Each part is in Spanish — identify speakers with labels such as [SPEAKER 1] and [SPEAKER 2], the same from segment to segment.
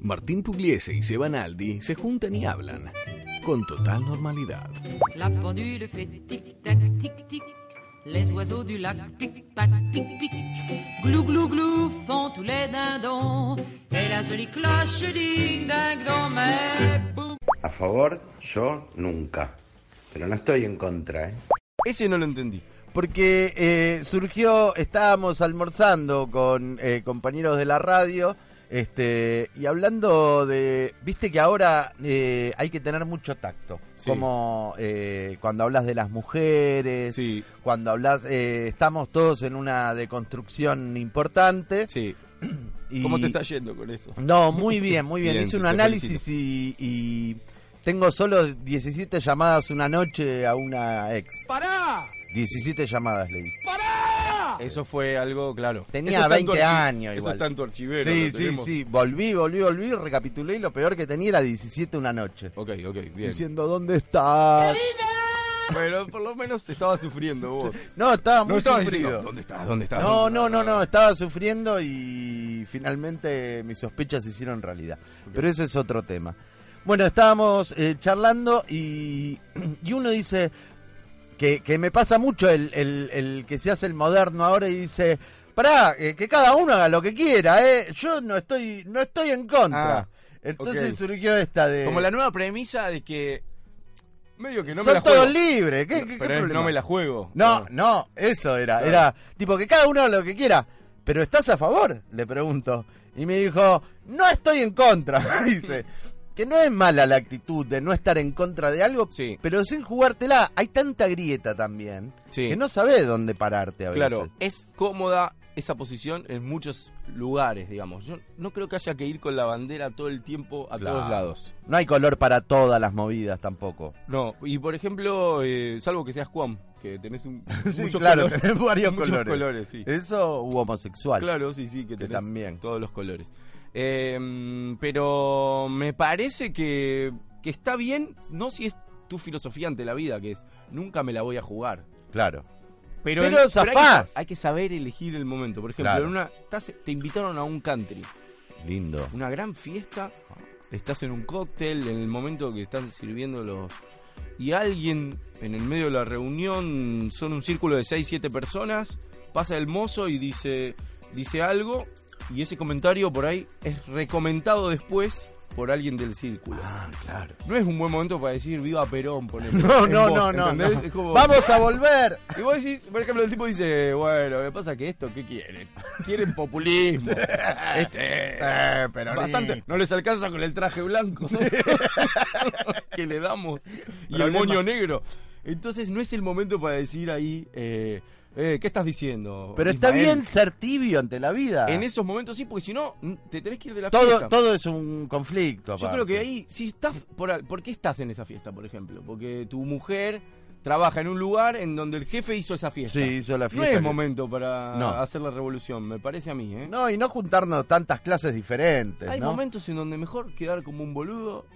[SPEAKER 1] Martín Pugliese y Sebanaldi se juntan y hablan con total normalidad.
[SPEAKER 2] La pendule fait tic-tac, tic-tic. Les oiseaux du lac pic-pac, pic-pic. Glou-glou-glou font tous les dindons. Et la jolie cloche ding-ding-dong. Mais boum.
[SPEAKER 3] A favor, yo nunca. Pero no estoy en contra, ¿eh?
[SPEAKER 4] Ese no lo entendí. Porque eh, surgió, estábamos almorzando con eh, compañeros de la radio. Este, y hablando de, viste que ahora eh, hay que tener mucho tacto,
[SPEAKER 5] Sí.
[SPEAKER 4] como eh, cuando hablas de las mujeres,
[SPEAKER 5] Sí,
[SPEAKER 4] cuando hablas, eh, estamos todos en una deconstrucción importante.
[SPEAKER 5] sí.
[SPEAKER 4] Y,
[SPEAKER 5] ¿Cómo te está yendo con eso?
[SPEAKER 4] No, muy bien, muy bien.
[SPEAKER 5] Bien,
[SPEAKER 4] Hice un
[SPEAKER 5] te
[SPEAKER 4] análisis y, y tengo solo 17 llamadas una noche a una ex. ¡Pará! 17 llamadas le di.
[SPEAKER 5] Eso fue algo, claro.
[SPEAKER 4] Tenía
[SPEAKER 5] Eso es tanto
[SPEAKER 4] 20
[SPEAKER 5] archi-
[SPEAKER 4] años
[SPEAKER 5] Eso
[SPEAKER 4] Ah. igual.
[SPEAKER 5] es tanto archivero.
[SPEAKER 4] Sí,
[SPEAKER 5] lo
[SPEAKER 4] sí,
[SPEAKER 5] tenemos.
[SPEAKER 4] sí. Volví, volví, volví, recapitulé y lo peor que tenía era 17 una noche.
[SPEAKER 5] Ok, ok, bien.
[SPEAKER 4] Diciendo, ¿dónde estás?
[SPEAKER 5] Bueno, por lo menos te estaba sufriendo vos.
[SPEAKER 4] No, estaba muy
[SPEAKER 5] estabas
[SPEAKER 4] sufrido.
[SPEAKER 5] diciendo, ¿Dónde estás? ¿Dónde estás?
[SPEAKER 4] No,
[SPEAKER 5] ¿Dónde
[SPEAKER 4] no,
[SPEAKER 5] estás?
[SPEAKER 4] no, no, estaba sufriendo y finalmente mis sospechas se hicieron realidad. Pero ese es otro tema. Bueno, estábamos eh, charlando y, y uno dice que, que me pasa mucho el, el- el que se hace el moderno ahora y dice, pará, eh, que cada uno haga lo que quiera, ¿eh? yo no estoy, no estoy en contra.
[SPEAKER 5] Ah,
[SPEAKER 4] Entonces
[SPEAKER 5] ok.
[SPEAKER 4] surgió esta de...
[SPEAKER 5] Como la nueva premisa de que. Medio que no me
[SPEAKER 4] son
[SPEAKER 5] la
[SPEAKER 4] todos
[SPEAKER 5] juego.
[SPEAKER 4] libres, ¿qué, qué- qué
[SPEAKER 5] Pero es,
[SPEAKER 4] problema?
[SPEAKER 5] no me la juego.
[SPEAKER 4] No,
[SPEAKER 5] Bueno,
[SPEAKER 4] no, eso era.
[SPEAKER 5] Claro.
[SPEAKER 4] Era tipo que cada uno haga lo que quiera. Pero ¿estás a favor? Le pregunto. Y me dijo, no estoy en contra. Dice, que no es mala la actitud de no estar en contra de algo,
[SPEAKER 5] Sí.
[SPEAKER 4] pero sin jugártela. Hay tanta grieta también
[SPEAKER 5] Sí.
[SPEAKER 4] que no sabés dónde pararte a veces.
[SPEAKER 5] Claro, es cómoda esa posición en muchos lugares, digamos. Yo no creo que haya que ir con la bandera todo el tiempo a
[SPEAKER 4] Claro.
[SPEAKER 5] todos lados.
[SPEAKER 4] No hay color para todas las movidas tampoco.
[SPEAKER 5] No, y por ejemplo, eh, salvo que seas Juan, que tenés un,
[SPEAKER 4] Sí,
[SPEAKER 5] muchos
[SPEAKER 4] claro,
[SPEAKER 5] colores.
[SPEAKER 4] tenés varios
[SPEAKER 5] muchos
[SPEAKER 4] colores.
[SPEAKER 5] colores, sí.
[SPEAKER 4] Eso u homosexual.
[SPEAKER 5] Claro, sí, sí, que tenés
[SPEAKER 4] también.
[SPEAKER 5] todos los colores. Eh, pero me parece que, que está bien, no si es tu filosofía ante la vida, que es nunca me la voy a jugar.
[SPEAKER 4] Claro.
[SPEAKER 5] Pero,
[SPEAKER 4] Pero
[SPEAKER 5] hay que- hay,
[SPEAKER 4] zafás.
[SPEAKER 5] que, saber elegir el momento. Por ejemplo,
[SPEAKER 4] Claro.
[SPEAKER 5] en una, estás- te invitaron a un country,
[SPEAKER 4] Lindo.
[SPEAKER 5] una gran fiesta, estás en un cóctel, en el momento que están sirviendo los... Y alguien en el medio de la reunión, son un círculo de 6, 7 personas, pasa el mozo y dice, dice algo, y ese comentario por ahí es recomendado después por alguien del círculo.
[SPEAKER 4] Ah, claro.
[SPEAKER 5] No es un buen momento para decir viva Perón, por
[SPEAKER 4] No, no, no, no. no. Vamos a volver.
[SPEAKER 5] y vos decís, por ejemplo, el tipo dice, bueno, me pasa que esto, ¿qué quieren? Quieren populismo. Este,
[SPEAKER 4] Eh, pero
[SPEAKER 5] bastante,
[SPEAKER 4] ni-
[SPEAKER 5] no les alcanza con el traje blanco que le damos y el
[SPEAKER 4] Problema.
[SPEAKER 5] moño negro. Entonces no es el momento para decir ahí, eh, eh, ¿qué estás diciendo?
[SPEAKER 4] Pero está
[SPEAKER 5] Ismael?
[SPEAKER 4] bien ser tibio ante la vida.
[SPEAKER 5] En esos momentos sí, porque si no, mm, te tenés que ir de la
[SPEAKER 4] todo,
[SPEAKER 5] fiesta.
[SPEAKER 4] todo es un conflicto.
[SPEAKER 5] Yo
[SPEAKER 4] aparte.
[SPEAKER 5] creo que ahí, si estás, por, al- ¿por qué estás en esa fiesta, por ejemplo? Porque tu mujer trabaja en un lugar en donde el jefe hizo esa fiesta.
[SPEAKER 4] Sí, hizo la
[SPEAKER 5] No
[SPEAKER 4] fiesta.
[SPEAKER 5] es
[SPEAKER 4] que-
[SPEAKER 5] momento para
[SPEAKER 4] No.
[SPEAKER 5] hacer la revolución, me parece a mí. ¿eh?
[SPEAKER 4] No, y no juntarnos tantas clases diferentes.
[SPEAKER 5] Hay
[SPEAKER 4] ¿no?
[SPEAKER 5] momentos en donde mejor quedar como un boludo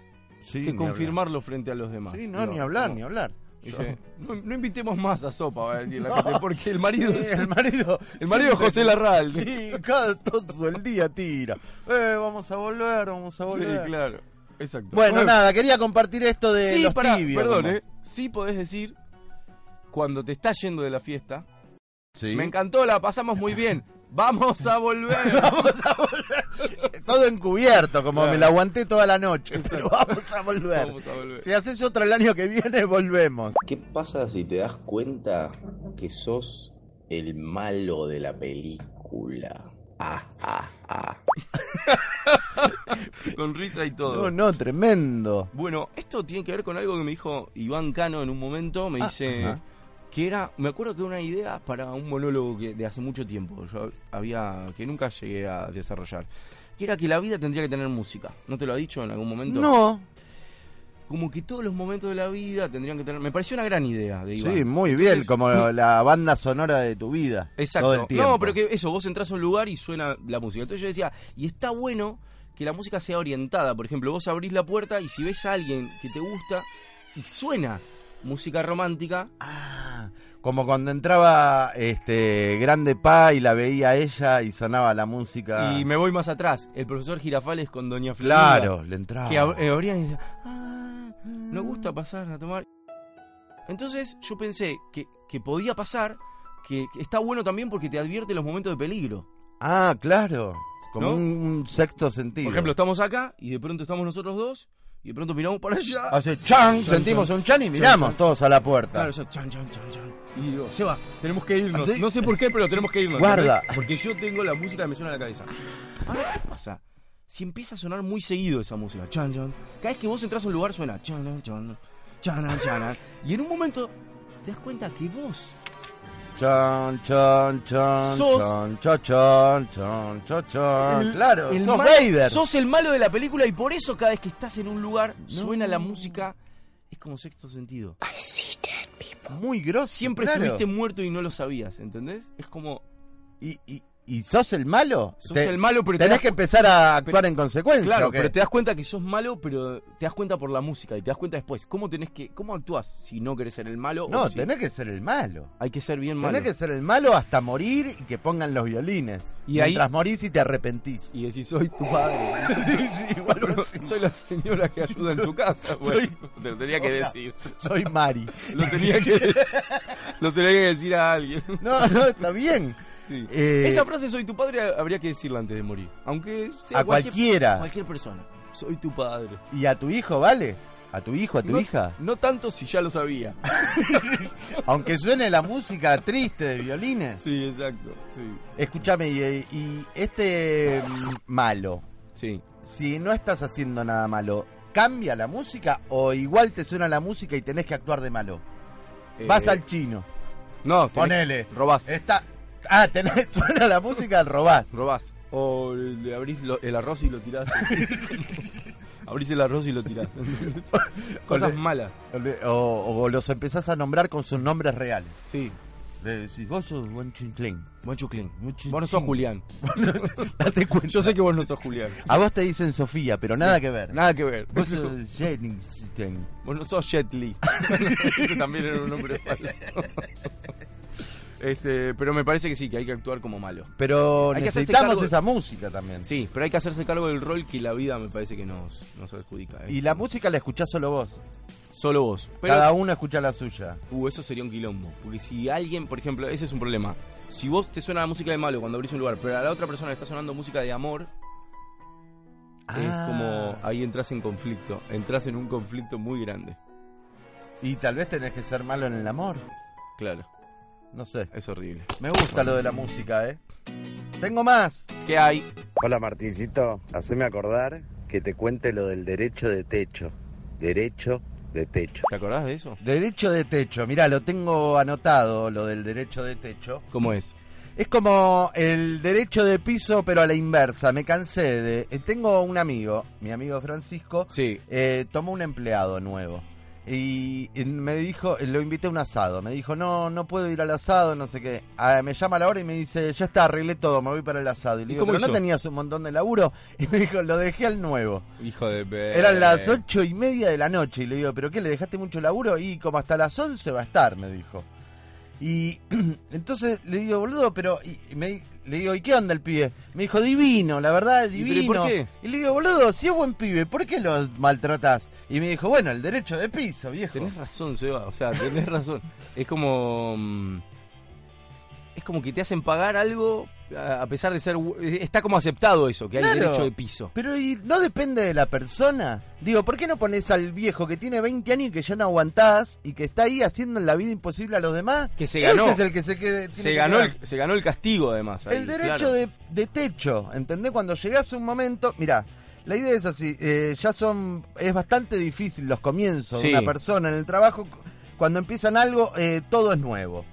[SPEAKER 4] Sí, ni
[SPEAKER 5] que
[SPEAKER 4] hablar.
[SPEAKER 5] confirmarlo frente a los demás.
[SPEAKER 4] Sí, no, ni hablar,
[SPEAKER 5] no.
[SPEAKER 4] ni hablar.
[SPEAKER 5] Dice, no, no invitemos más a Sopa, va a decir la gente, porque el marido
[SPEAKER 4] Sí,
[SPEAKER 5] es-
[SPEAKER 4] el marido.
[SPEAKER 5] el marido
[SPEAKER 4] siempre-
[SPEAKER 5] de José Larral.
[SPEAKER 4] Sí, cada todo el día tira. Eh, vamos a volver, vamos a
[SPEAKER 5] Sí,
[SPEAKER 4] volver.
[SPEAKER 5] claro. Exacto.
[SPEAKER 4] Bueno, nada, quería compartir esto de
[SPEAKER 5] sí,
[SPEAKER 4] los
[SPEAKER 5] pará,
[SPEAKER 4] tibios.
[SPEAKER 5] perdón,
[SPEAKER 4] como-
[SPEAKER 5] ¿eh? Sí podés decir, cuando te estás yendo de la fiesta,
[SPEAKER 4] Sí.
[SPEAKER 5] me encantó, la pasamos muy bien, vamos a volver.
[SPEAKER 4] Vamos a volver. Eh, Todo encubierto, como
[SPEAKER 5] Claro.
[SPEAKER 4] me la aguanté toda la noche. Pero
[SPEAKER 5] Exacto.
[SPEAKER 4] vamos a volver.
[SPEAKER 5] Vamos a volver.
[SPEAKER 4] Si haces otro el año que viene, volvemos.
[SPEAKER 6] ¿Qué pasa si te das cuenta que sos el malo de la película? Ah, ah, ah.
[SPEAKER 5] Con risa y
[SPEAKER 4] No,
[SPEAKER 5] todo.
[SPEAKER 4] no, tremendo.
[SPEAKER 5] Bueno, esto tiene que ver con algo que me dijo Iván Cano en un momento, me dice
[SPEAKER 4] Ah, ajá.
[SPEAKER 5] que era, me acuerdo que una idea para un monólogo que de hace mucho tiempo, yo había que nunca llegué a desarrollar, que era que la vida tendría que tener música. ¿No te lo ha dicho en algún momento?
[SPEAKER 4] No,
[SPEAKER 5] Como que todos los momentos de la vida tendrían que tener. Me pareció una gran idea de Iván.
[SPEAKER 4] sí, muy bien,
[SPEAKER 5] Entonces,
[SPEAKER 4] como la banda sonora de tu vida.
[SPEAKER 5] Exacto.
[SPEAKER 4] Todo el tiempo.
[SPEAKER 5] No, pero que eso, vos entras a un lugar y suena la música. Entonces yo decía, y está bueno que la música sea orientada. Por ejemplo, vos abrís la puerta y si ves a alguien que te gusta y suena música romántica,
[SPEAKER 4] Ah, Como cuando entraba este Grande Pa y la veía a ella y sonaba la música.
[SPEAKER 5] Y me voy más atrás. El profesor Girafales con Doña Florinda.
[SPEAKER 4] Claro, le entraba.
[SPEAKER 5] Que ab- eh, abrían y decían, "Ah, no gusta pasar a tomar. Entonces yo pensé que, que podía pasar, que que está bueno también porque te advierte los momentos de peligro.
[SPEAKER 4] Ah, claro. Como
[SPEAKER 5] ¿No?
[SPEAKER 4] un, un sexto sentido.
[SPEAKER 5] Por ejemplo, estamos acá y de pronto estamos nosotros dos y de pronto miramos para allá.
[SPEAKER 4] hace chan,
[SPEAKER 5] Chan,
[SPEAKER 4] sentimos
[SPEAKER 5] chan.
[SPEAKER 4] un chan y miramos
[SPEAKER 5] chan.
[SPEAKER 4] todos a la puerta.
[SPEAKER 5] Claro, yo, chan, chan, chan, chan. ¿Ah, Y digo, Seba, tenemos que irnos.
[SPEAKER 4] ¿Sí?
[SPEAKER 5] No sé por qué, pero tenemos que irnos.
[SPEAKER 4] Guarda.
[SPEAKER 5] ¿entendés? Porque yo tengo la música que me suena en la cabeza. Ahora, ¿qué pasa? Si empieza a sonar muy seguido esa música, chan, chan. Cada vez que vos entras a un lugar suena chan, chan, chan, chan, chan. Y en un momento te das cuenta que vos
[SPEAKER 4] Chan, chan, chan,
[SPEAKER 5] Sos-
[SPEAKER 4] chan, chan, chan, chan, chan, chan.
[SPEAKER 5] El-
[SPEAKER 4] Ah, claro,
[SPEAKER 5] el
[SPEAKER 4] sos
[SPEAKER 5] malo-
[SPEAKER 4] Vader.
[SPEAKER 5] Sos el malo de la película y por eso cada vez que estás en un lugar suena la música. Es como sexto sentido.
[SPEAKER 4] muy grosso.
[SPEAKER 5] Siempre
[SPEAKER 4] Ah, claro.
[SPEAKER 5] estuviste muerto y no lo sabías, ¿entendés? Es como.
[SPEAKER 4] ¿Y, y, y sos el malo?
[SPEAKER 5] Sos
[SPEAKER 4] Te-
[SPEAKER 5] el malo, pero te
[SPEAKER 4] Tenés
[SPEAKER 5] das-
[SPEAKER 4] que empezar a actuar
[SPEAKER 5] pero-
[SPEAKER 4] en consecuencia.
[SPEAKER 5] Claro,
[SPEAKER 4] ¿o qué?
[SPEAKER 5] pero te das cuenta que sos malo, pero te das cuenta por la música y te das cuenta después. ¿Cómo tenés que. ¿Cómo actúas si no querés ser el malo? o
[SPEAKER 4] No,
[SPEAKER 5] si-
[SPEAKER 4] tenés que ser el malo.
[SPEAKER 5] Hay que ser bien malo.
[SPEAKER 4] Tenés que ser el malo hasta morir y que pongan los violines.
[SPEAKER 5] Y
[SPEAKER 4] Mientras
[SPEAKER 5] ahí-
[SPEAKER 4] morís y te arrepentís.
[SPEAKER 5] Y decís, soy tu padre.
[SPEAKER 4] Sí, igual
[SPEAKER 5] Pero
[SPEAKER 4] vos sí.
[SPEAKER 5] soy la señora que ayuda en su casa. Bueno, te lo tenía que
[SPEAKER 4] Hola.
[SPEAKER 5] decir.
[SPEAKER 4] Soy Mari.
[SPEAKER 5] Lo tenía que decir. Lo tenía que decir a alguien.
[SPEAKER 4] No, no, está bien.
[SPEAKER 5] Sí.
[SPEAKER 4] Eh,
[SPEAKER 5] Esa frase soy tu padre habría que decirla antes de morir. Aunque sea
[SPEAKER 4] a cualquiera.
[SPEAKER 5] cualquier persona. Soy tu padre.
[SPEAKER 4] ¿Y a tu hijo vale? ¿A tu hijo, a tu
[SPEAKER 5] no,
[SPEAKER 4] hija?
[SPEAKER 5] No tanto si ya lo sabía.
[SPEAKER 4] Aunque suene la música triste de violines.
[SPEAKER 5] Sí, exacto. Sí.
[SPEAKER 4] Escúchame, y, y este mm, malo,
[SPEAKER 5] Sí.
[SPEAKER 4] si no estás haciendo nada malo, ¿cambia la música o igual te suena la música y tenés que actuar de malo? Vas
[SPEAKER 5] Eh,
[SPEAKER 4] al chino,
[SPEAKER 5] No, tenés-
[SPEAKER 4] ponele.
[SPEAKER 5] Robás.
[SPEAKER 4] Está... Ah, tenés, suena la música, robás.
[SPEAKER 5] Robás. O le abrís lo- el arroz y lo tirás. abrís el arroz y lo tirás. Cosas
[SPEAKER 4] Olé.
[SPEAKER 5] malas.
[SPEAKER 4] O, o los empezás a nombrar con sus nombres reales.
[SPEAKER 5] Sí.
[SPEAKER 4] Le decís, vos sos buen chinclín.
[SPEAKER 5] Buen chuclín.
[SPEAKER 4] Buen chuclín.
[SPEAKER 5] Vos no sos Julián.
[SPEAKER 4] Date cuenta.
[SPEAKER 5] Yo sé que vos no sos Julián.
[SPEAKER 4] A vos te dicen Sofía, pero nada que ver.
[SPEAKER 5] Nada que ver.
[SPEAKER 4] Vos sos Jennington.
[SPEAKER 5] Vos no sos Jet Li. Ese también era un nombre falso. este, pero me parece que sí, que hay que actuar como malo.
[SPEAKER 4] Pero
[SPEAKER 5] Hay que hacerse
[SPEAKER 4] necesitamos
[SPEAKER 5] cargo-
[SPEAKER 4] esa música también.
[SPEAKER 5] Sí, pero hay que hacerse cargo del rol que la vida me parece que nos, nos adjudica. ¿eh?
[SPEAKER 4] Y la música la escuchás solo vos.
[SPEAKER 5] Solo vos. Pero
[SPEAKER 4] Cada uno escucha la suya.
[SPEAKER 5] Uh, eso sería un quilombo. Porque si alguien, por ejemplo, ese es un problema. Si vos te suena la música de malo cuando abrís un lugar, pero a la otra persona le está sonando música de amor,
[SPEAKER 4] Ah.
[SPEAKER 5] es como ahí entras en conflicto. Entras en un conflicto muy grande.
[SPEAKER 4] Y tal vez tenés que ser malo en el amor.
[SPEAKER 5] Claro,
[SPEAKER 4] No sé.
[SPEAKER 5] es horrible.
[SPEAKER 4] Me gusta lo de la música, ¿eh? Tengo más.
[SPEAKER 5] ¿Qué hay?
[SPEAKER 3] Hola Martincito, haceme acordar que te cuente lo del derecho de techo. Derecho de techo.
[SPEAKER 5] ¿Te acordás de eso?
[SPEAKER 4] Derecho de techo. Mirá, lo tengo anotado, lo del derecho de techo.
[SPEAKER 5] ¿Cómo es?
[SPEAKER 4] Es como el derecho de piso, pero a la inversa. Me cansé de... eh, Tengo un amigo, mi amigo Francisco,
[SPEAKER 5] Sí.
[SPEAKER 4] eh, tomó un empleado nuevo. Y y me dijo, eh, lo invité a un asado. Me dijo, no, no puedo ir al asado, no sé qué. Ah, me llama a la hora y me dice, ya está, arreglé todo, me voy para el asado. Y le
[SPEAKER 5] ¿Y
[SPEAKER 4] digo,
[SPEAKER 5] cómo
[SPEAKER 4] pero no
[SPEAKER 5] hizo?
[SPEAKER 4] tenías un montón de laburo. Y me dijo, lo dejé al nuevo.
[SPEAKER 5] Hijo de pe-
[SPEAKER 4] Eran las ocho y media de la noche. Y le digo, ¿pero qué? ¿Le dejaste mucho laburo? Y como hasta las once va a estar, me dijo. Y entonces le digo, boludo, pero. y- y me- le digo, ¿y qué onda el pibe? Me dijo, divino, la verdad,
[SPEAKER 5] ¿Y pero y por
[SPEAKER 4] divino.
[SPEAKER 5] qué?
[SPEAKER 4] Y le digo, boludo, si es buen pibe, ¿por qué lo maltratás? Y me dijo, bueno, el derecho de piso, viejo.
[SPEAKER 5] Tenés razón, Seba. O sea, tenés razón. Es como. mm, Es como que te hacen pagar algo a a pesar de ser. bu- Está como aceptado eso, que hay
[SPEAKER 4] Claro.
[SPEAKER 5] derecho de piso.
[SPEAKER 4] Pero ¿y no depende de la persona? Digo, ¿por qué no pones al viejo que tiene 20 años y que ya no aguantás y que está ahí haciendo la vida imposible a los demás?
[SPEAKER 5] Que se ganó.
[SPEAKER 4] Ese es el que se quede. tiene
[SPEAKER 5] Se
[SPEAKER 4] que
[SPEAKER 5] ganó,
[SPEAKER 4] quedar.
[SPEAKER 5] el, se ganó el castigo, además. ahí,
[SPEAKER 4] El derecho
[SPEAKER 5] claro.
[SPEAKER 4] de, de techo, ¿entendés? Cuando llegás a un momento, mirá, la idea es así, eh, ya son, es bastante difícil los comienzos
[SPEAKER 5] Sí.
[SPEAKER 4] de una persona en el trabajo, cu- cuando empiezan algo, eh, todo es nuevo.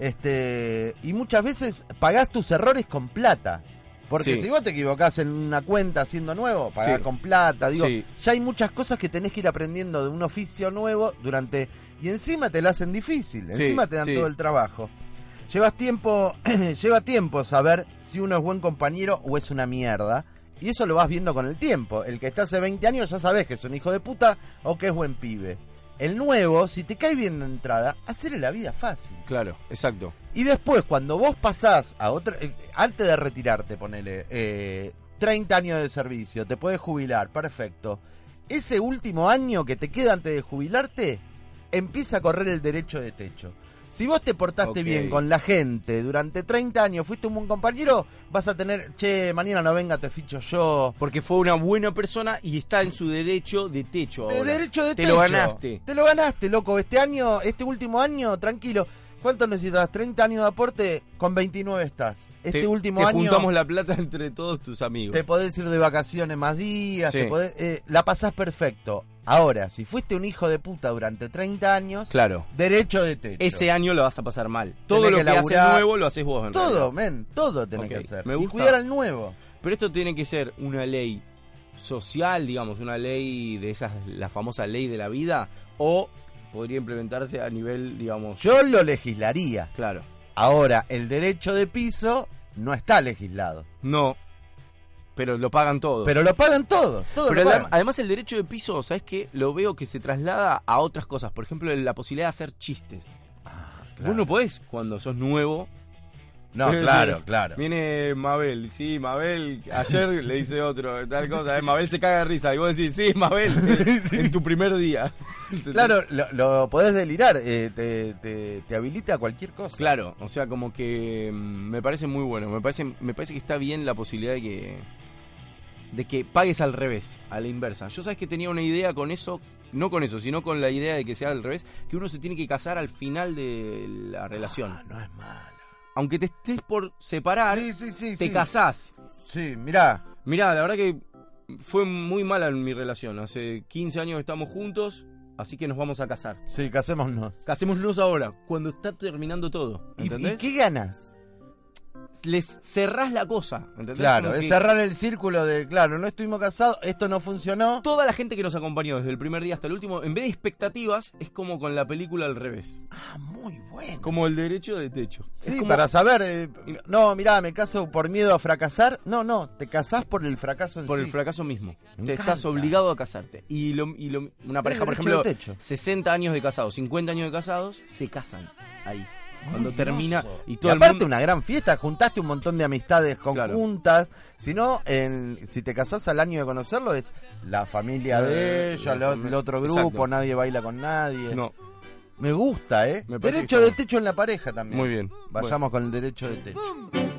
[SPEAKER 4] Este, y muchas veces pagás tus errores con plata. Porque
[SPEAKER 5] Sí.
[SPEAKER 4] si vos te equivocás en una cuenta siendo nuevo, pagás
[SPEAKER 5] Sí.
[SPEAKER 4] con plata, digo,
[SPEAKER 5] Sí.
[SPEAKER 4] ya hay muchas cosas que tenés que ir aprendiendo de un oficio nuevo durante y encima te la hacen difícil,
[SPEAKER 5] Sí,
[SPEAKER 4] encima te dan
[SPEAKER 5] sí.
[SPEAKER 4] todo el trabajo. Llevas tiempo, lleva tiempo saber si uno es buen compañero o es una mierda. Y eso lo vas viendo con el tiempo. El que está hace 20 años ya sabes que es un hijo de puta o que es buen pibe. El nuevo, si te cae bien de entrada, hacerle la vida fácil.
[SPEAKER 5] Claro, exacto.
[SPEAKER 4] Y después, cuando vos pasás a otra. eh, antes de retirarte, ponele. eh, 30 años de servicio, te puedes jubilar, perfecto. Ese último año que te queda antes de jubilarte, empieza a correr el derecho de techo. Si vos te portaste
[SPEAKER 5] Ok.
[SPEAKER 4] bien con la gente durante 30 años, fuiste un buen compañero, vas a tener, che, mañana no venga, te ficho yo.
[SPEAKER 5] Porque fue una buena persona y está en su derecho de techo.
[SPEAKER 4] De
[SPEAKER 5] ahora.
[SPEAKER 4] derecho de
[SPEAKER 5] Te
[SPEAKER 4] techo.
[SPEAKER 5] lo ganaste.
[SPEAKER 4] Te lo ganaste, loco. Este año, este último año, tranquilo. ¿Cuánto necesitas? 30 años de aporte, con 29 estás. Este
[SPEAKER 5] Te-
[SPEAKER 4] último
[SPEAKER 5] te
[SPEAKER 4] año
[SPEAKER 5] juntamos la plata entre todos tus amigos.
[SPEAKER 4] te podés ir de vacaciones más días,
[SPEAKER 5] Sí.
[SPEAKER 4] te podés- eh, la pasás perfecto. Ahora, si fuiste un hijo de puta durante 30 años,
[SPEAKER 5] Claro.
[SPEAKER 4] derecho de techo.
[SPEAKER 5] Ese año lo vas a pasar mal. Todo
[SPEAKER 4] Tenés
[SPEAKER 5] lo
[SPEAKER 4] que
[SPEAKER 5] que,
[SPEAKER 4] laburar.
[SPEAKER 5] haces nuevo lo haces vos. En
[SPEAKER 4] Todo,
[SPEAKER 5] realidad.
[SPEAKER 4] men, todo tenés
[SPEAKER 5] Ok,
[SPEAKER 4] que hacer.
[SPEAKER 5] me
[SPEAKER 4] Y
[SPEAKER 5] gusta.
[SPEAKER 4] cuidar al nuevo.
[SPEAKER 5] Pero esto tiene que ser una ley social, digamos, una ley de esas, la famosa ley de la vida, o podría implementarse a nivel, digamos,
[SPEAKER 4] Yo lo legislaría.
[SPEAKER 5] claro.
[SPEAKER 4] Ahora, el derecho de piso no está legislado.
[SPEAKER 5] No, pero lo pagan todos.
[SPEAKER 4] Pero lo pagan todos. todos
[SPEAKER 5] Pero ah,
[SPEAKER 4] lo
[SPEAKER 5] adem-
[SPEAKER 4] pagan.
[SPEAKER 5] además el derecho de piso, ¿sabes qué? Lo veo que se traslada a otras cosas. Por ejemplo, la posibilidad de hacer chistes.
[SPEAKER 4] Ah, Claro.
[SPEAKER 5] Vos no podés cuando sos nuevo.
[SPEAKER 4] No,
[SPEAKER 5] Eh,
[SPEAKER 4] claro,
[SPEAKER 5] viene-
[SPEAKER 4] claro.
[SPEAKER 5] Viene Mabel, sí, Mabel, ayer le dice otro, tal cosa, eh, Mabel se caga de risa y vos decís, sí, Mabel, eh, en tu primer día.
[SPEAKER 4] Claro, lo, lo podés delirar, eh, te, te- te habilita a cualquier cosa.
[SPEAKER 5] Claro, o sea, como que mm, me parece muy bueno, me parece, me parece que está bien la posibilidad de que, de que pagues al revés, a la inversa. Yo sabes que tenía una idea con eso, no con eso, sino con la idea de que sea al revés, que uno se tiene que casar al final de la relación.
[SPEAKER 4] Ah, no es malo.
[SPEAKER 5] Aunque te estés por separar,
[SPEAKER 4] Sí, sí, sí.
[SPEAKER 5] te
[SPEAKER 4] sí.
[SPEAKER 5] casás.
[SPEAKER 4] Sí, mirá.
[SPEAKER 5] Mirá, la verdad que fue muy mala mi relación, hace 15 años que estamos juntos, así que nos vamos a casar.
[SPEAKER 4] Sí, casémonos.
[SPEAKER 5] Casémonos ahora, cuando está terminando todo,
[SPEAKER 4] ¿Y-
[SPEAKER 5] ¿entendés?
[SPEAKER 4] ¿Y qué ganas?
[SPEAKER 5] les cerrás la cosa. ¿entendés?
[SPEAKER 4] Claro,
[SPEAKER 5] Como
[SPEAKER 4] es
[SPEAKER 5] que
[SPEAKER 4] cerrar el círculo de, claro, no estuvimos casados, esto no funcionó.
[SPEAKER 5] Toda la gente que nos acompañó desde el primer día hasta el último, en vez de expectativas, es como con la película al revés.
[SPEAKER 4] Ah, muy bueno.
[SPEAKER 5] Como el derecho de techo.
[SPEAKER 4] Sí,
[SPEAKER 5] Es como-
[SPEAKER 4] para saber, eh, no, mirá, me caso por miedo a fracasar. No, no, te casás por el fracaso en
[SPEAKER 5] Por
[SPEAKER 4] sí.
[SPEAKER 5] el fracaso mismo.
[SPEAKER 4] Me
[SPEAKER 5] Te
[SPEAKER 4] encanta.
[SPEAKER 5] estás obligado a casarte. Y, lo- y lo- una pareja, por
[SPEAKER 4] derecho
[SPEAKER 5] ejemplo,
[SPEAKER 4] de techo.
[SPEAKER 5] 60 años de casados, 50 años de casados, se casan ahí. Cuando
[SPEAKER 4] Hermoso.
[SPEAKER 5] termina y
[SPEAKER 4] Y
[SPEAKER 5] todo el
[SPEAKER 4] aparte
[SPEAKER 5] mundo-
[SPEAKER 4] una gran fiesta, juntaste un montón de amistades
[SPEAKER 5] Claro.
[SPEAKER 4] conjuntas. Si no, en- si te casás al año de conocerlo es la familia de
[SPEAKER 5] Eh,
[SPEAKER 4] ella,
[SPEAKER 5] la
[SPEAKER 4] lo-
[SPEAKER 5] fami-
[SPEAKER 4] el otro grupo,
[SPEAKER 5] Exacto.
[SPEAKER 4] nadie baila con nadie.
[SPEAKER 5] No,
[SPEAKER 4] Me gusta, ¿eh?
[SPEAKER 5] Me parece que
[SPEAKER 4] derecho
[SPEAKER 5] está
[SPEAKER 4] de
[SPEAKER 5] bueno.
[SPEAKER 4] techo en la pareja también.
[SPEAKER 5] muy bien.
[SPEAKER 4] Vayamos con el derecho de techo.
[SPEAKER 2] Boum